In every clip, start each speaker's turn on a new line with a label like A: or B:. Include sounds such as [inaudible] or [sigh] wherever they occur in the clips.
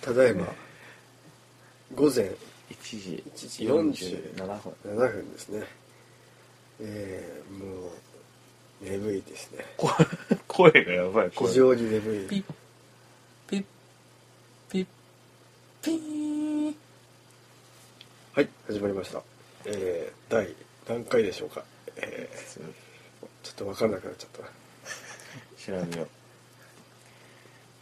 A: ただいま午前
B: 1時
A: 1時
B: 47分
A: 7分ですねえー、もう眠いですね
B: こ [laughs] 声がやばい
A: 非
B: 声
A: 常に眠
B: ピ
A: い
B: ッピッピッピーン
A: はい始まりましたえー、第何回でしょうかえー、ちょっと分かんなくなっちゃったな
B: 調べよ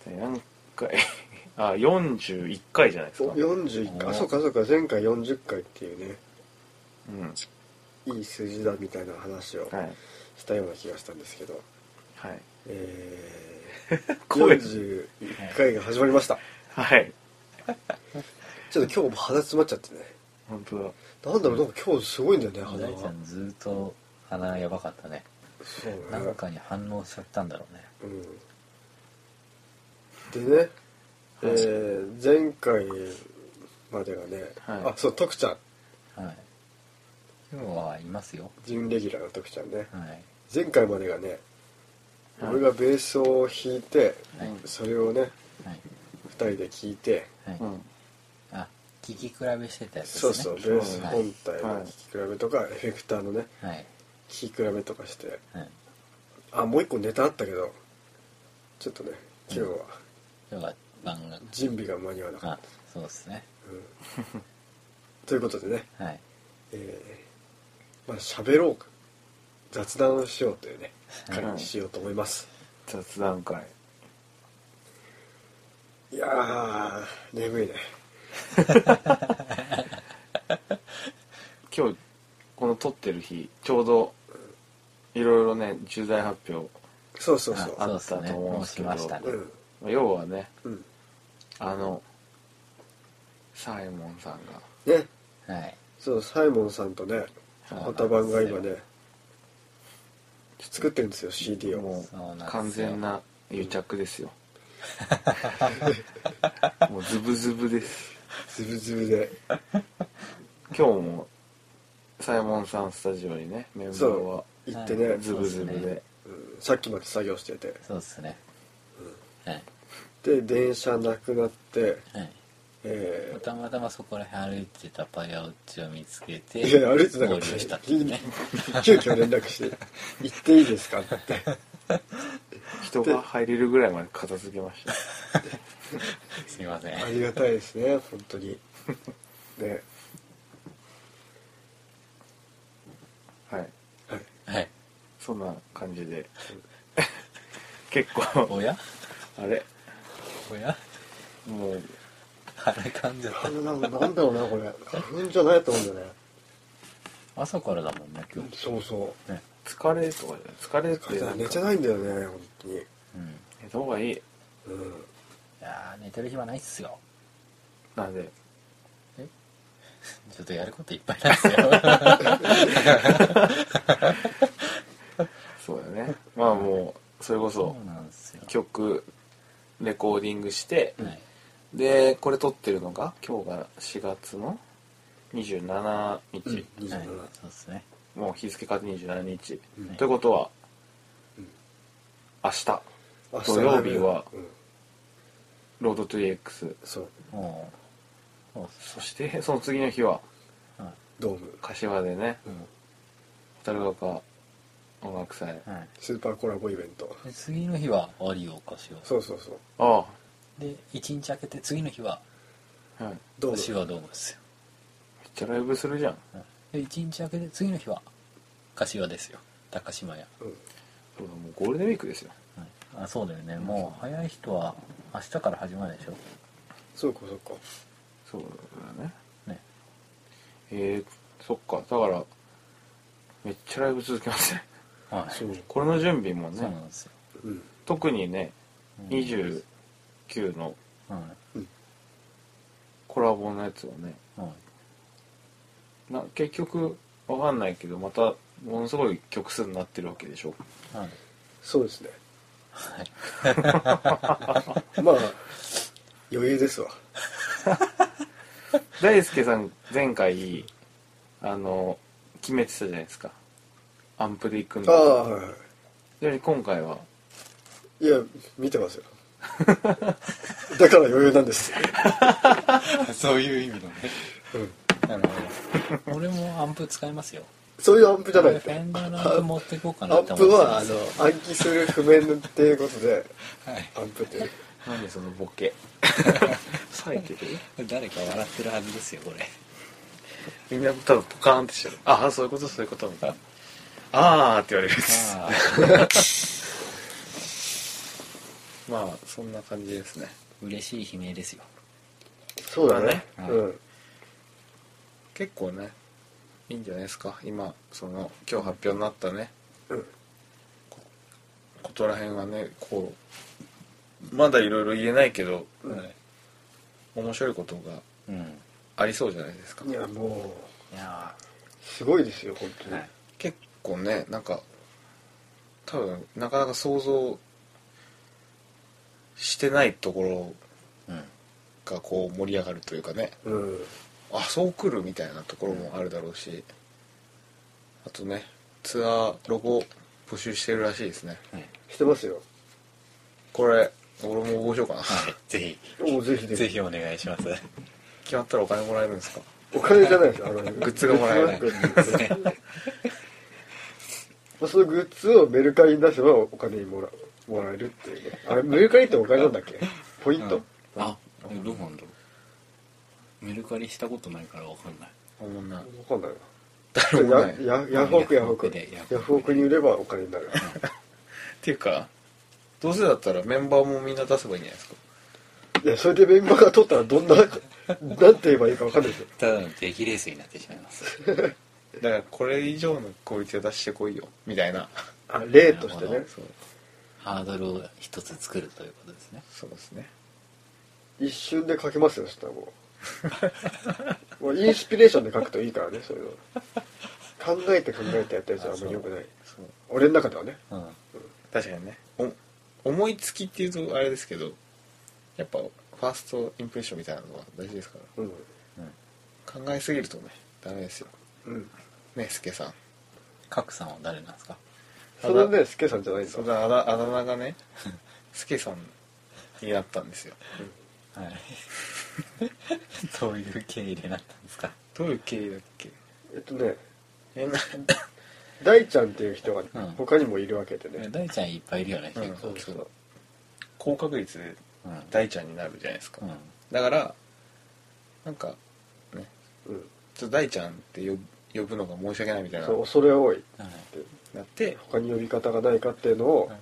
B: うで何回 [laughs] あ41回じゃないです
A: お
B: か
A: 41
B: お
A: 回あそうかそうか前回40回っていうね
B: うん
A: いい数字だみたいな話を
B: はい
A: したような気がしたんですけど、
B: はい
A: え
B: 声
A: ー、41回が始まりました
B: はい
A: ちょっと今日も鼻詰まっちゃってね
B: 本当だ
A: なんだろうなんか今日すごいんだよね鼻
C: 大ちゃ
A: が
C: んずっと鼻やばかったね
A: そうね
C: なんかに反応しちゃったんだろうね
A: うん、でね、えー前回までがね、
B: はい
A: あそう徳ちゃん
C: はい今日はいますよ
A: 準レギュラーの徳ちゃんね
C: はい
A: 前回までがね、
B: はい、
A: 俺がベースを弾いて
C: はい
A: それをね
C: はい
A: 2人で聴いて
C: はいう
B: ん
C: あ聞き比べしてたやつです
A: そ
C: ね
A: うそうベ
B: そう
A: ー
B: です
A: ス
B: ね
A: 本体
B: はい
A: の聴き比べとか、エフェクターのね
C: はい
A: 聴き比べとかして
C: はい
A: あもう一個ネタあったけどちょっとね今日は
C: 今日は番が
A: 準備が間に合わなかっ
C: あそうですね
A: た、うんということでね
C: はい
A: えーまあ喋ろうか雑談をしようというね
C: はい
A: 会にしようと思います、
B: 雑談会
A: いやー眠いね
B: 今日この撮ってる日ちょうどいろいろね重大発表
A: そうそうそう
C: あ
B: あ
C: そ
B: っ
C: うです
B: た
C: ね
B: と思うん
C: も
B: で
C: う
B: す
C: 来
B: けど
C: ましたね
A: うん
B: 要はね
A: うん
B: あのサイモンさんが
A: ね
C: はい
A: そうサイモンさんとね
B: はい
A: ホタバンが今ね作ってるんですよ CD を
B: も
C: そうなんです
B: う
C: よ
B: 完全な癒着です
C: [laughs]
B: よもうズブズブです
A: ズブズブで
B: 今日もサイモンさんスタジオにねメンバーは
A: 行ってね、
C: はい
B: ズブズブ
C: そうです
B: で
C: ね
A: うんさっきまで作業してて
C: そうですねはい
A: で電車なくなって
C: はい
A: えー
C: たまたまそこら辺歩いてたパヤオッチを見つけて
A: いや歩いてなか
C: 合
A: っ
C: 流
A: た
C: したって
A: 急
C: いう
A: に
C: ね
A: [laughs] 急遽連絡して「行っていいですか?」って
B: 人が入れるぐらいまで片付けました
C: [laughs] すいません
A: ありがたいですね本当 [laughs] にね
B: はい
A: はい
C: はい
B: そんな感じで結構
C: おや
B: あれ
C: おや
B: もう
C: [laughs] 腹かんじゃっ
A: あのなんなんだろうなこれ花粉じゃないと思うんだね
C: た朝からだもんね今日
A: そうそ
C: ね
B: 疲れとかじゃない疲れっ
A: う
B: てなんか
A: 寝てないんだよね本当に
C: うんい
B: 寝た方がいい
A: うん
C: やー寝てる暇ないっすよ
B: なんで
C: ちょっとやることいっぱいなんですよ
B: そうだねまあもうそれこそ
C: そうなんですよ
B: 曲レコーディングして、
C: はい
B: でこれ撮ってるのが今日が4月の27
A: うん
B: 日、
C: はい
A: 27
C: そうですね
B: もう日付変わって27日、
A: うん
B: ということは、
A: うん
B: 明日
A: 明
B: 土曜日は
A: うん
B: ロードトゥ EX
A: そう
C: もうそうっす
B: そしてその次の日は
C: は
A: ドーム
B: 柏でね
A: うん
B: 蛍ヶ丘音楽祭
C: い、はい
A: スーパーコラボイベント
C: で次の日は有りをかしよ
A: そうそうそう
B: あ
C: うで一日明けて次の日は
B: あはいめっ
A: ドー
C: 私
A: ム
C: はドームですよ
B: ちゃライブするじゃん
C: はいで一日明けて次の日は柏ですよ高島屋、
A: うん
B: そうだもうゴールデンウィークですよ
C: はいあそうだよねもう早い人は明日から始まるでしょ
A: そうかそうか
B: そうだね
C: ね
B: えー、そっかだからめっちゃライブ続きますね
C: はい
A: そう
B: これの準備も
C: そうな
B: ね
C: んですよ、
A: うん
B: 特にね
C: うん
B: 29の
C: はい
B: コラボのやつはね
C: はい
B: な結局わかんないけどまたものすごい曲数になってるわけでしょ
C: はい
A: そうですね
C: は
A: [laughs]
C: い
A: まあ余裕ですわ
B: 大輔さん前回あの決めてたじゃないですかアンプで行くん
A: あ
B: だ
A: あはいは
B: で今回はい
A: いや見てますよだから余裕なんです、
D: そういう意味のね
A: うん、
C: なるほど俺もアンプ使いますよ
A: そういうアンプじゃな
C: 俺
A: い
C: フェンダーのアンプ持っていこうか
A: ア
C: な
A: ン
C: っ
A: プ
C: て思って
A: は
C: ま
A: あ
C: す
A: の暗記する譜面っていうことで
D: はい
A: アンプって
B: なんでそのボケ冴えてる
C: 誰か笑ってるはずですよこれ
B: みんな多分ポカーンってしてるああそういうことそういうことみたいなあーって言われるやつ
C: あ
B: まあそんな感じですね
C: あ嬉しい悲鳴ですよ
A: そうだね
B: そうだね
A: うん
B: 結構ねいいんじゃないですか今その今日発表になったね、
A: うん
B: こことらへんはねこうまだいろいろ言えないけど、
A: はい
B: 面白いことが
C: うん
B: ありそうじゃないですか
A: いやも
C: いや
A: うすごいですよ本当
C: ー
A: に、
C: はい
B: 結構ねなんか多分なかなか想像してないところ
C: うん
B: がこう盛り上がるというかね
A: うん
B: あそう来るみたいなところもあるだろうし、あとねツアーロゴ募集してるらしいですね
C: はい
A: してますよ
B: これ俺も応募しようかな
C: はいぜ
A: もうぜひぜ
C: ひ
A: ひ
C: ぜひお願いします
B: 決まったらお金もらえるんですか
A: お金じゃないですあのグ
B: ッズがもら
A: [laughs]
B: えない
A: ッズはグッズそのグッズをメルカリに出せばお金にもらもらえるっていうねあれメルカリってお金なんだっけポイント、
C: あどうなんだろうメルカリしたことないからわかんない
B: おもんな
A: わかんないな
B: 誰もないっ
A: ややヤフオク
C: ヤ
A: ヤフ
C: フオ
A: オ
C: ク
A: ク
C: で
A: ヤフオクに売ればお金になる
B: ていうかどうせだったらメンバーもみんな出せばいいんじゃないですか
A: いやそれでメンバーが取ったらどんななんて言えばいいかわかんないですよ
C: ただの出来レースになってしまいます
B: だからこれ以上のクオリティを出してこいよみたいな
A: あ例としてね
B: そう
C: ハードルを一つ作るということですね
B: そうですね
A: 一瞬で書けますよそしたらもうもうインスピレーションで書くといいからねそういうの考えて考えてやったやつはあんまりよくない
B: そう
A: 俺の中ではね
C: うん
B: 確かにねお思いつきっていうとあれですけどやっぱファーストインプレッションみたいなのが大事ですから
A: うん
B: 考えすぎるとねダメですよ
A: うん
B: ねすけさん
C: 賀来さんは誰なんですか
A: そのねスケさんじゃないんです
B: そ
A: よ
B: んなあだあだ名がね [laughs] すけさんになったんですよ
C: はい [laughs] どういう経緯でなったんですか
B: どういう経緯だっけ
A: えっとね
B: えな [coughs]
A: 大ちゃんっていう人が
C: ん
A: 他にもいるわけでね、
C: 大ちゃんいっぱいいるよね
B: うん
C: 結構
A: そうそう
B: 高確率で
C: うん
B: 大ちゃんになるじゃないですか、
C: うん
B: だからなんかね
A: うん
B: ちょっと大ちゃんって呼ぶ呼ぶのが申し訳ないみたいな
A: そう恐れ多い
C: はい
B: なって
A: 他に呼び方がないかっていうのを
C: うん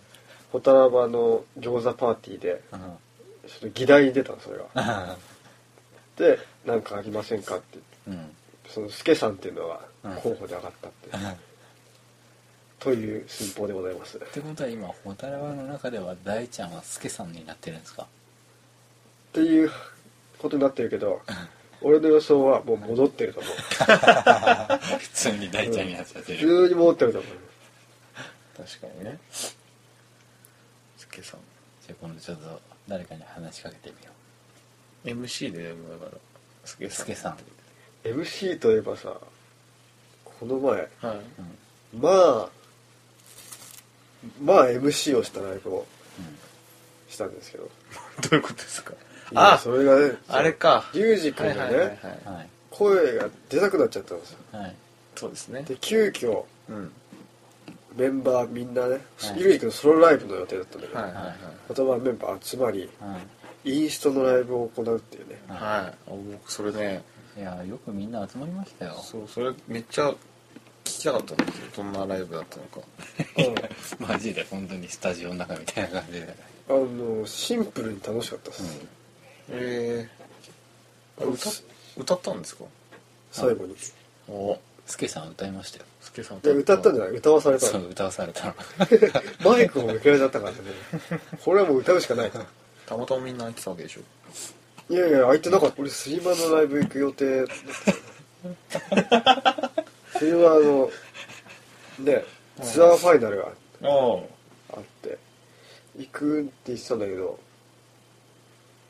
A: ホタラバの餃子パーティーで
C: うん
A: ちょっと議題に出たのそれが
C: あ
A: で「何かありませんか?」って
C: ーうん
A: そのスケさんっていうのは
C: うん
A: 候補で上がったって、
C: っ
A: という寸法でございます
C: てことは今ホタラバの中では大ちゃんはスケさんになってるんですか
A: っていうことになってるけど俺の予想はもう戻ってると思う
C: 普通に大ちゃんになっちゃって
A: 普通
C: る、
A: に戻ってると思う
B: 確かにねすけさん
C: じゃあ今度ちょっと誰かに話しかけてみよ
B: MC でもだからすけ
C: うスケさん、
A: MC といえばさこの前
B: はい [laughs]
C: うん
A: まあまあ MC をしたライブをしたんですけど
B: どういうことですか
A: いや
B: あ
A: それがね
B: あれか
A: リュウジ君が
B: はいはいはい
A: ね
B: はい
C: うん、はい
A: 声が出なくなっちゃったんですよ
C: はい
B: そうですね
A: で急遽
B: うん
A: メンバーみんなね、
C: はい
A: リュウジ君のソロライブの予定だったんだけど、
B: はいはい
A: 言葉メンバー集まり
C: は
A: インストのライブを行うっていうね
C: い
B: はいはいあ僕それね
C: いいやよくみんな集まりましたよ
B: そうそれめっちゃ聞きたかったんですよどんなライブだったのか
C: マジで本当にスタジオの中みたいな感じで、
A: あのシンプルに楽しかったで
C: う
A: す、
C: ん、
B: ええ
A: あ
B: 歌歌ったんですか
A: 最後に
B: お
C: スケさん歌いましたよ
B: すけさん
A: で歌ったんじ
B: ゃ
A: ゃない歌わされた
C: そ
A: の
C: う歌わされ [laughs] たの
A: マイクも向けられちゃったからねこれはもう歌うしかないと
B: たまたまみんな空いてたわけでしょ
A: いやいや空いてなかった俺スリマのライブ行く予定だったスリマのねツアーファイナルが
B: あ
A: あって行くって言ってたんだけど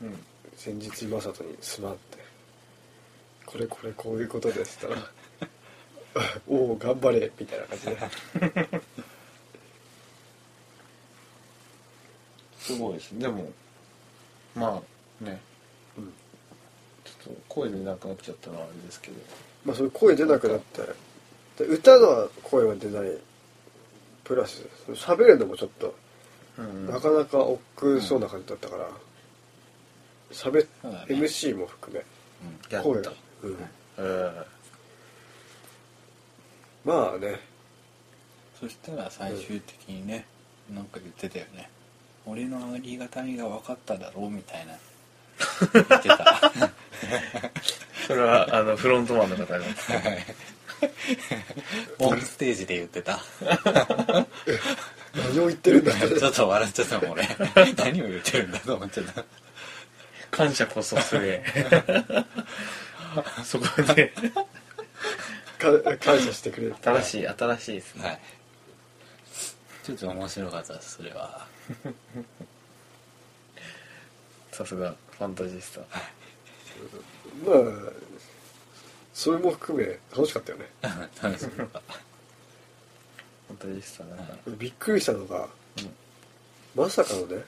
B: あ
A: 先日今里に「すまん」って「これこれこういうこと [laughs] です」って言ったら「おお頑張れ」みたいな感じで
B: すごいですねでもまあね、
A: うん
B: ちょっと声でなくなっちゃったのはあれですけど
A: まあそれ声出なくなってで歌の声は出ないプラスその喋るのもちょっと
B: うん
A: なかなか億劫そうな感じだったから喋っ
C: そうだね
A: MC も含め
B: や
A: 声
B: っ
A: が
B: た、
A: うん、
B: え
A: まあね
C: そしたら最終的にね、なんか言ってたよね俺のありがたみが分かっただろうみたいな言ってた [laughs] は
B: えそれはあのフロントマンの方に
C: いオンステージで言って [laughs] た
A: 何を言ってるんだって
C: ちょっと笑っちゃったもん [laughs] 俺何を言ってるんだと思っちゃった
B: 感謝こそすれそこで
A: か感謝してくれ
B: 新しい新しいですね
C: はいちょっと面白かったですそれは [laughs]
B: さすがファンタジスタ
A: まあそれも含め楽しかったよね
C: 楽しかった
B: ファンタジスタなんか
A: びっくりしたのが、まさかのね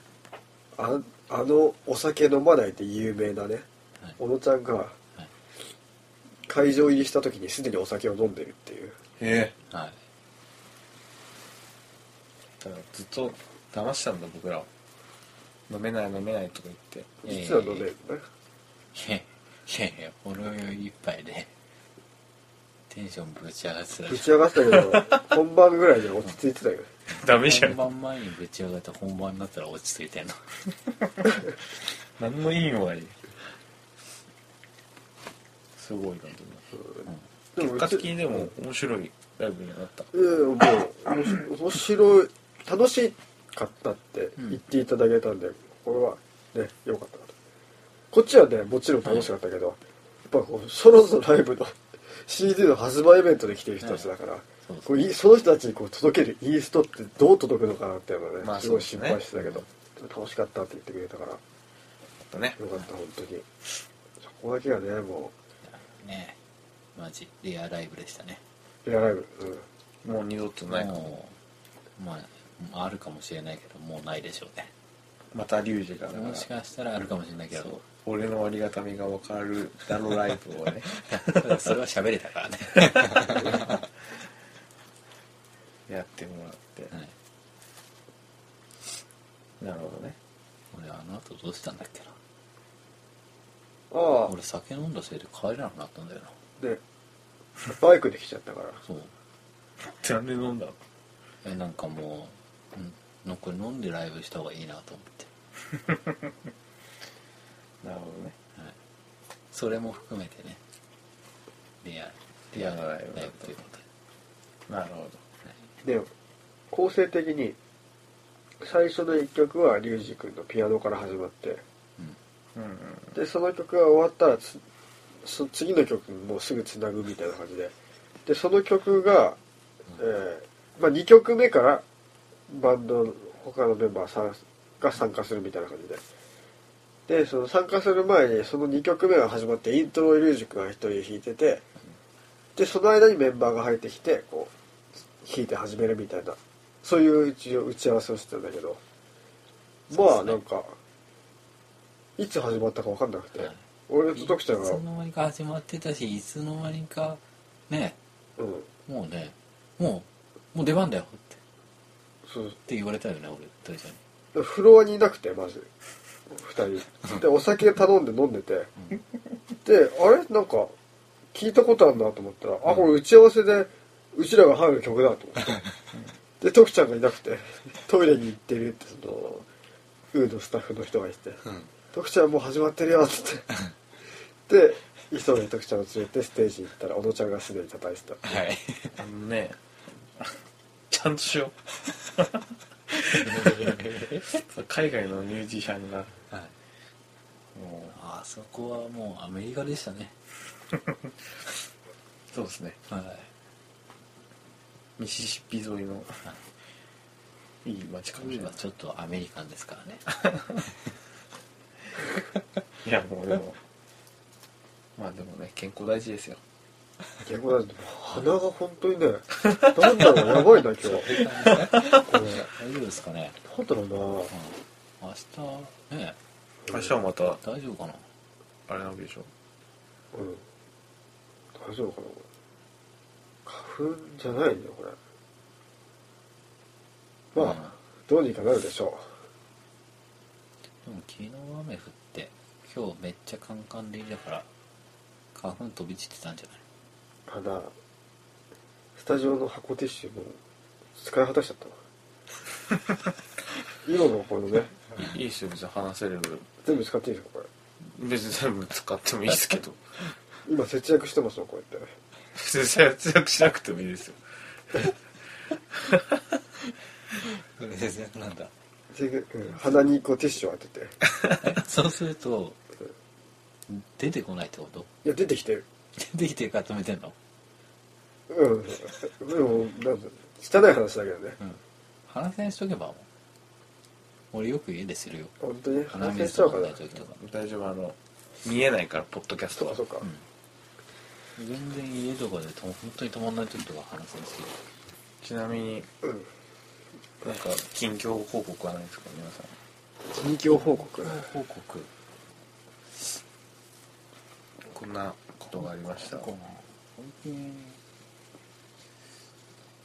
A: ああのお酒飲まないで有名なね、
C: はい
A: 小野ちゃんが
C: い
A: 会場入りした時にすでにお酒を飲んでるっていう
B: え
C: はい
B: えだからずっと騙したんだ僕らを飲めない飲めないとか言って
C: ええ
A: 実は飲んでるのね、
C: いやいやいやほろ酔い一杯でテンションぶち上がってたで
A: ぶ
C: し
A: ち上がったけど本番ぐらいで落ち着いてたよね
B: ダ
C: ょ本番前にぶち上がって本番になったら落ち着いてんの [laughs]
B: 何の意味もないすごいなと
A: で
B: 思
A: も
B: う結果的にでも面白いライブにはなった
A: うんもう面白面白い楽しかったって言っていただけたんで、これはね良かったなとこっちはねもちろん楽しかったけど、やっぱこうそろそろライブの CD の発売イベントで来てる人たちだから、
C: そうそう
A: こういその人たちにこう届けるイーストってどう届くのかなっていうのはね,、
B: まあ
A: すごい
B: そ
A: 心
B: うですね
A: 配してたけど、楽しかったって言ってくれたからよ
B: ね
A: かった本当にそこだけがねも
C: ねえマジレアライブでしたね
A: うエアライブ、うん、
B: もう二度とないかも
C: もうまああるかもしれないけどもうないでしょうね
B: またリュウジがだから
C: もしかしたらあるかもしれないけ
B: そう
C: ど
B: 俺のありがたみが分かるだのライブを [laughs] ね
C: [laughs] それは喋れ
B: [laughs]
C: たからね、
B: やってもらって
C: はい、
B: なるほどね
C: 俺あの後どうしたんだっけな
A: あ
C: 俺酒飲んだせいで帰れなくなったんだよな
A: あでバイクで来ちゃったから
C: そう
B: 残念飲んだ
C: えなんかもう、うん、なんか飲んでライブした方がいいなと思って
B: なるほどね
C: それも含めてねレア
B: リアのライブ
C: ラ
B: だ
C: イ
B: っ
C: ブということで
B: たなるほ
A: で構成的に最初の1曲はリュウジ君のピアノから始まって
B: どうん
A: でその曲が終わったらつそ次の曲にもうすぐつなぐみたいな感じででその曲が、えーまあ、2曲目からバンドの他のメンバーさんが参加するみたいな感じででその参加する前にその2曲目が始まってイントロをリュウジ君が1人弾いててでその間にメンバーが入ってきてこう弾いて始めるみたいなそういう一応打ち合わせをしてたんだけどまあなんかいつ始まったか分かんなくて、
C: はい
A: 俺と徳ちゃん
C: い
A: が、う
C: つ
A: ん、
C: の間にか始まってたしいつの間にかねもうねもうもう出番だよってっ
A: そう
C: て言われたよね俺大ちゃんに
A: フロアにいなくてまず2人でお酒頼んで飲んでて、であれなんか聞いたことあるなと思ったら、あこれ打ち合わせでうちらが入る曲だと思ってで徳ちゃんがいなくてトイレに行ってるってそのウーのスタッフの人がいて
D: うん
A: 「徳ちゃんもう始まってるよ」っつって [laughs] で急いで徳ちゃんを連れてステージに行ったら小野ちゃんがすでに叩いてた
C: はい
B: あのね [laughs] ちゃんとしよ [laughs] う海外のミュージシャンがもう
C: あそこはもうアメリカでしたね
B: そうですね
C: は
B: ミシシッピ沿いのいい街かもし
C: い
B: れない
C: 今ちょっとアメリカンですからね
B: いやもうでもまあでもね健康大事ですよ
A: 結構だって鼻が本当にねなんだろうやばいな今日これ
C: 大丈夫ですかね
A: なんだろ
C: 明日ね
B: 明日はまた
C: 大丈夫かな
B: あれなわけでしょ
A: うん大丈夫かなこれ花粉じゃないんだよこれまあ、どうにかなるでしょ
C: でも昨日雨降って今日めっちゃカンカンでいだから花粉飛び散ってたんじゃないう
A: ただスタジオの箱ティッシュも使い果たしちゃったわ [laughs] 今のこのね
B: いいっすよ別に話せる
A: 全部使っていいですかこれ
B: 別に全部使ってもいいですけ [laughs] ど
A: 今節約してますよこうやって
B: 別に節約しなくてもいいですよ
C: それ節約なんだ
A: 節約うん鼻にこうティッシュを当てて
C: [laughs] そうすると出てこないってこと [laughs]
A: いや出てきてる
C: 出てきてから止めてんの、
A: うんでもなんだ汚い話だけどね
C: うん、鼻栓しとけばもう俺よく家でするよ
A: 本当に
C: 鼻
A: 話し
C: 水
A: ちゃ
C: と
A: う
C: か
A: かな
C: ない時とか
B: 大丈夫あの見えないからポッドキャス
A: そ
B: ト
A: う
B: は
A: かそうか、
C: 全然家とかでとも本当に止まんない時とか鼻栓してる
B: ちなみに
A: うん
B: なんか近況報告はないですか皆さん
A: 近況報告
C: 報告
B: こんなことがありました
C: 最近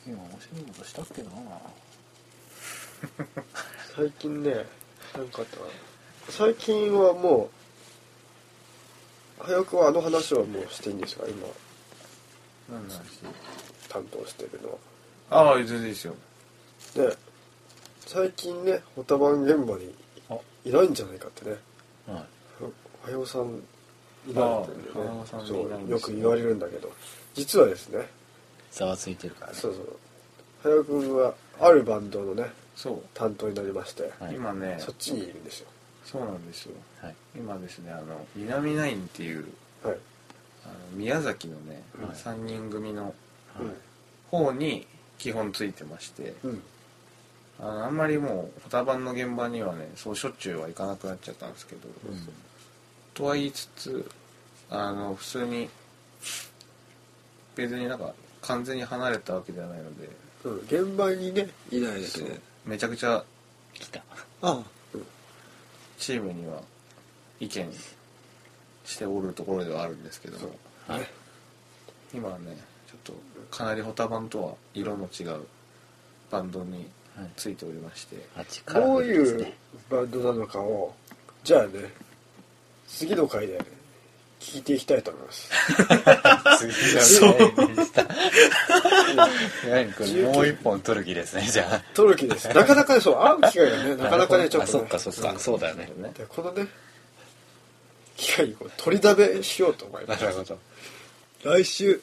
C: 今面白いことしたっけな
A: 最近ねなんかあったかな最近はもう早くはあの話はもうしていいんですか今
B: 何の話
A: 担当してるのは
B: ああ全然いいですよ
A: で最近ねホタバン現場に
C: あ
A: いないんじゃないかってね
C: はい
A: おはようさんいないってね
B: ああおはようさんいないん
A: そう
B: で
A: よ
B: す
A: く
B: ね
A: 言われるんだけど実はですね
C: ざわついてるからね
A: そうそう早く君はあるバンドのね
B: そう
A: 担当になりまして、
C: はい
B: 今ね
A: そっちにいるんですよ
B: そうなんですよ
C: はい
B: 今ですねあの南ナインっていう
A: はい、
B: あの宮崎のね、
C: はい
B: 3人組の
C: はい
B: 方に基本ついてまして
A: うんうん
B: あのあんまりもうホタバンの現場にはねそうしょっちゅうは行かなくなっちゃったんですけど、
C: うん
B: とは言いつつあの普通に別になんか完全に離れたわけではないので
A: うん、現場にねいないだけ
B: そう
A: で
B: めちゃくちゃ
C: 来た
A: あ
B: チームには意見しておるところではあるんですけども
C: はい
B: 今はねちょっとかなりホタバンとは色の違うバンドに
C: はい
B: ついておりまして、
C: あっちから
A: どう
C: で
A: い
C: す
A: う
C: ね
A: バンドなのかをじゃあね次の回で聞いていきたいと思います
D: そう [laughs] 何こ
A: 19
D: れもう一本取る気ですねじゃ
A: トルキですなかなかねそう会う機会がね
D: あ
A: なかなかねちょっ
D: あそっかそ
A: と
D: っかそうだよね
B: ね
A: ねでこのね機会にこう取りだめしようと思いま
D: な
A: す
D: るほど
A: 来週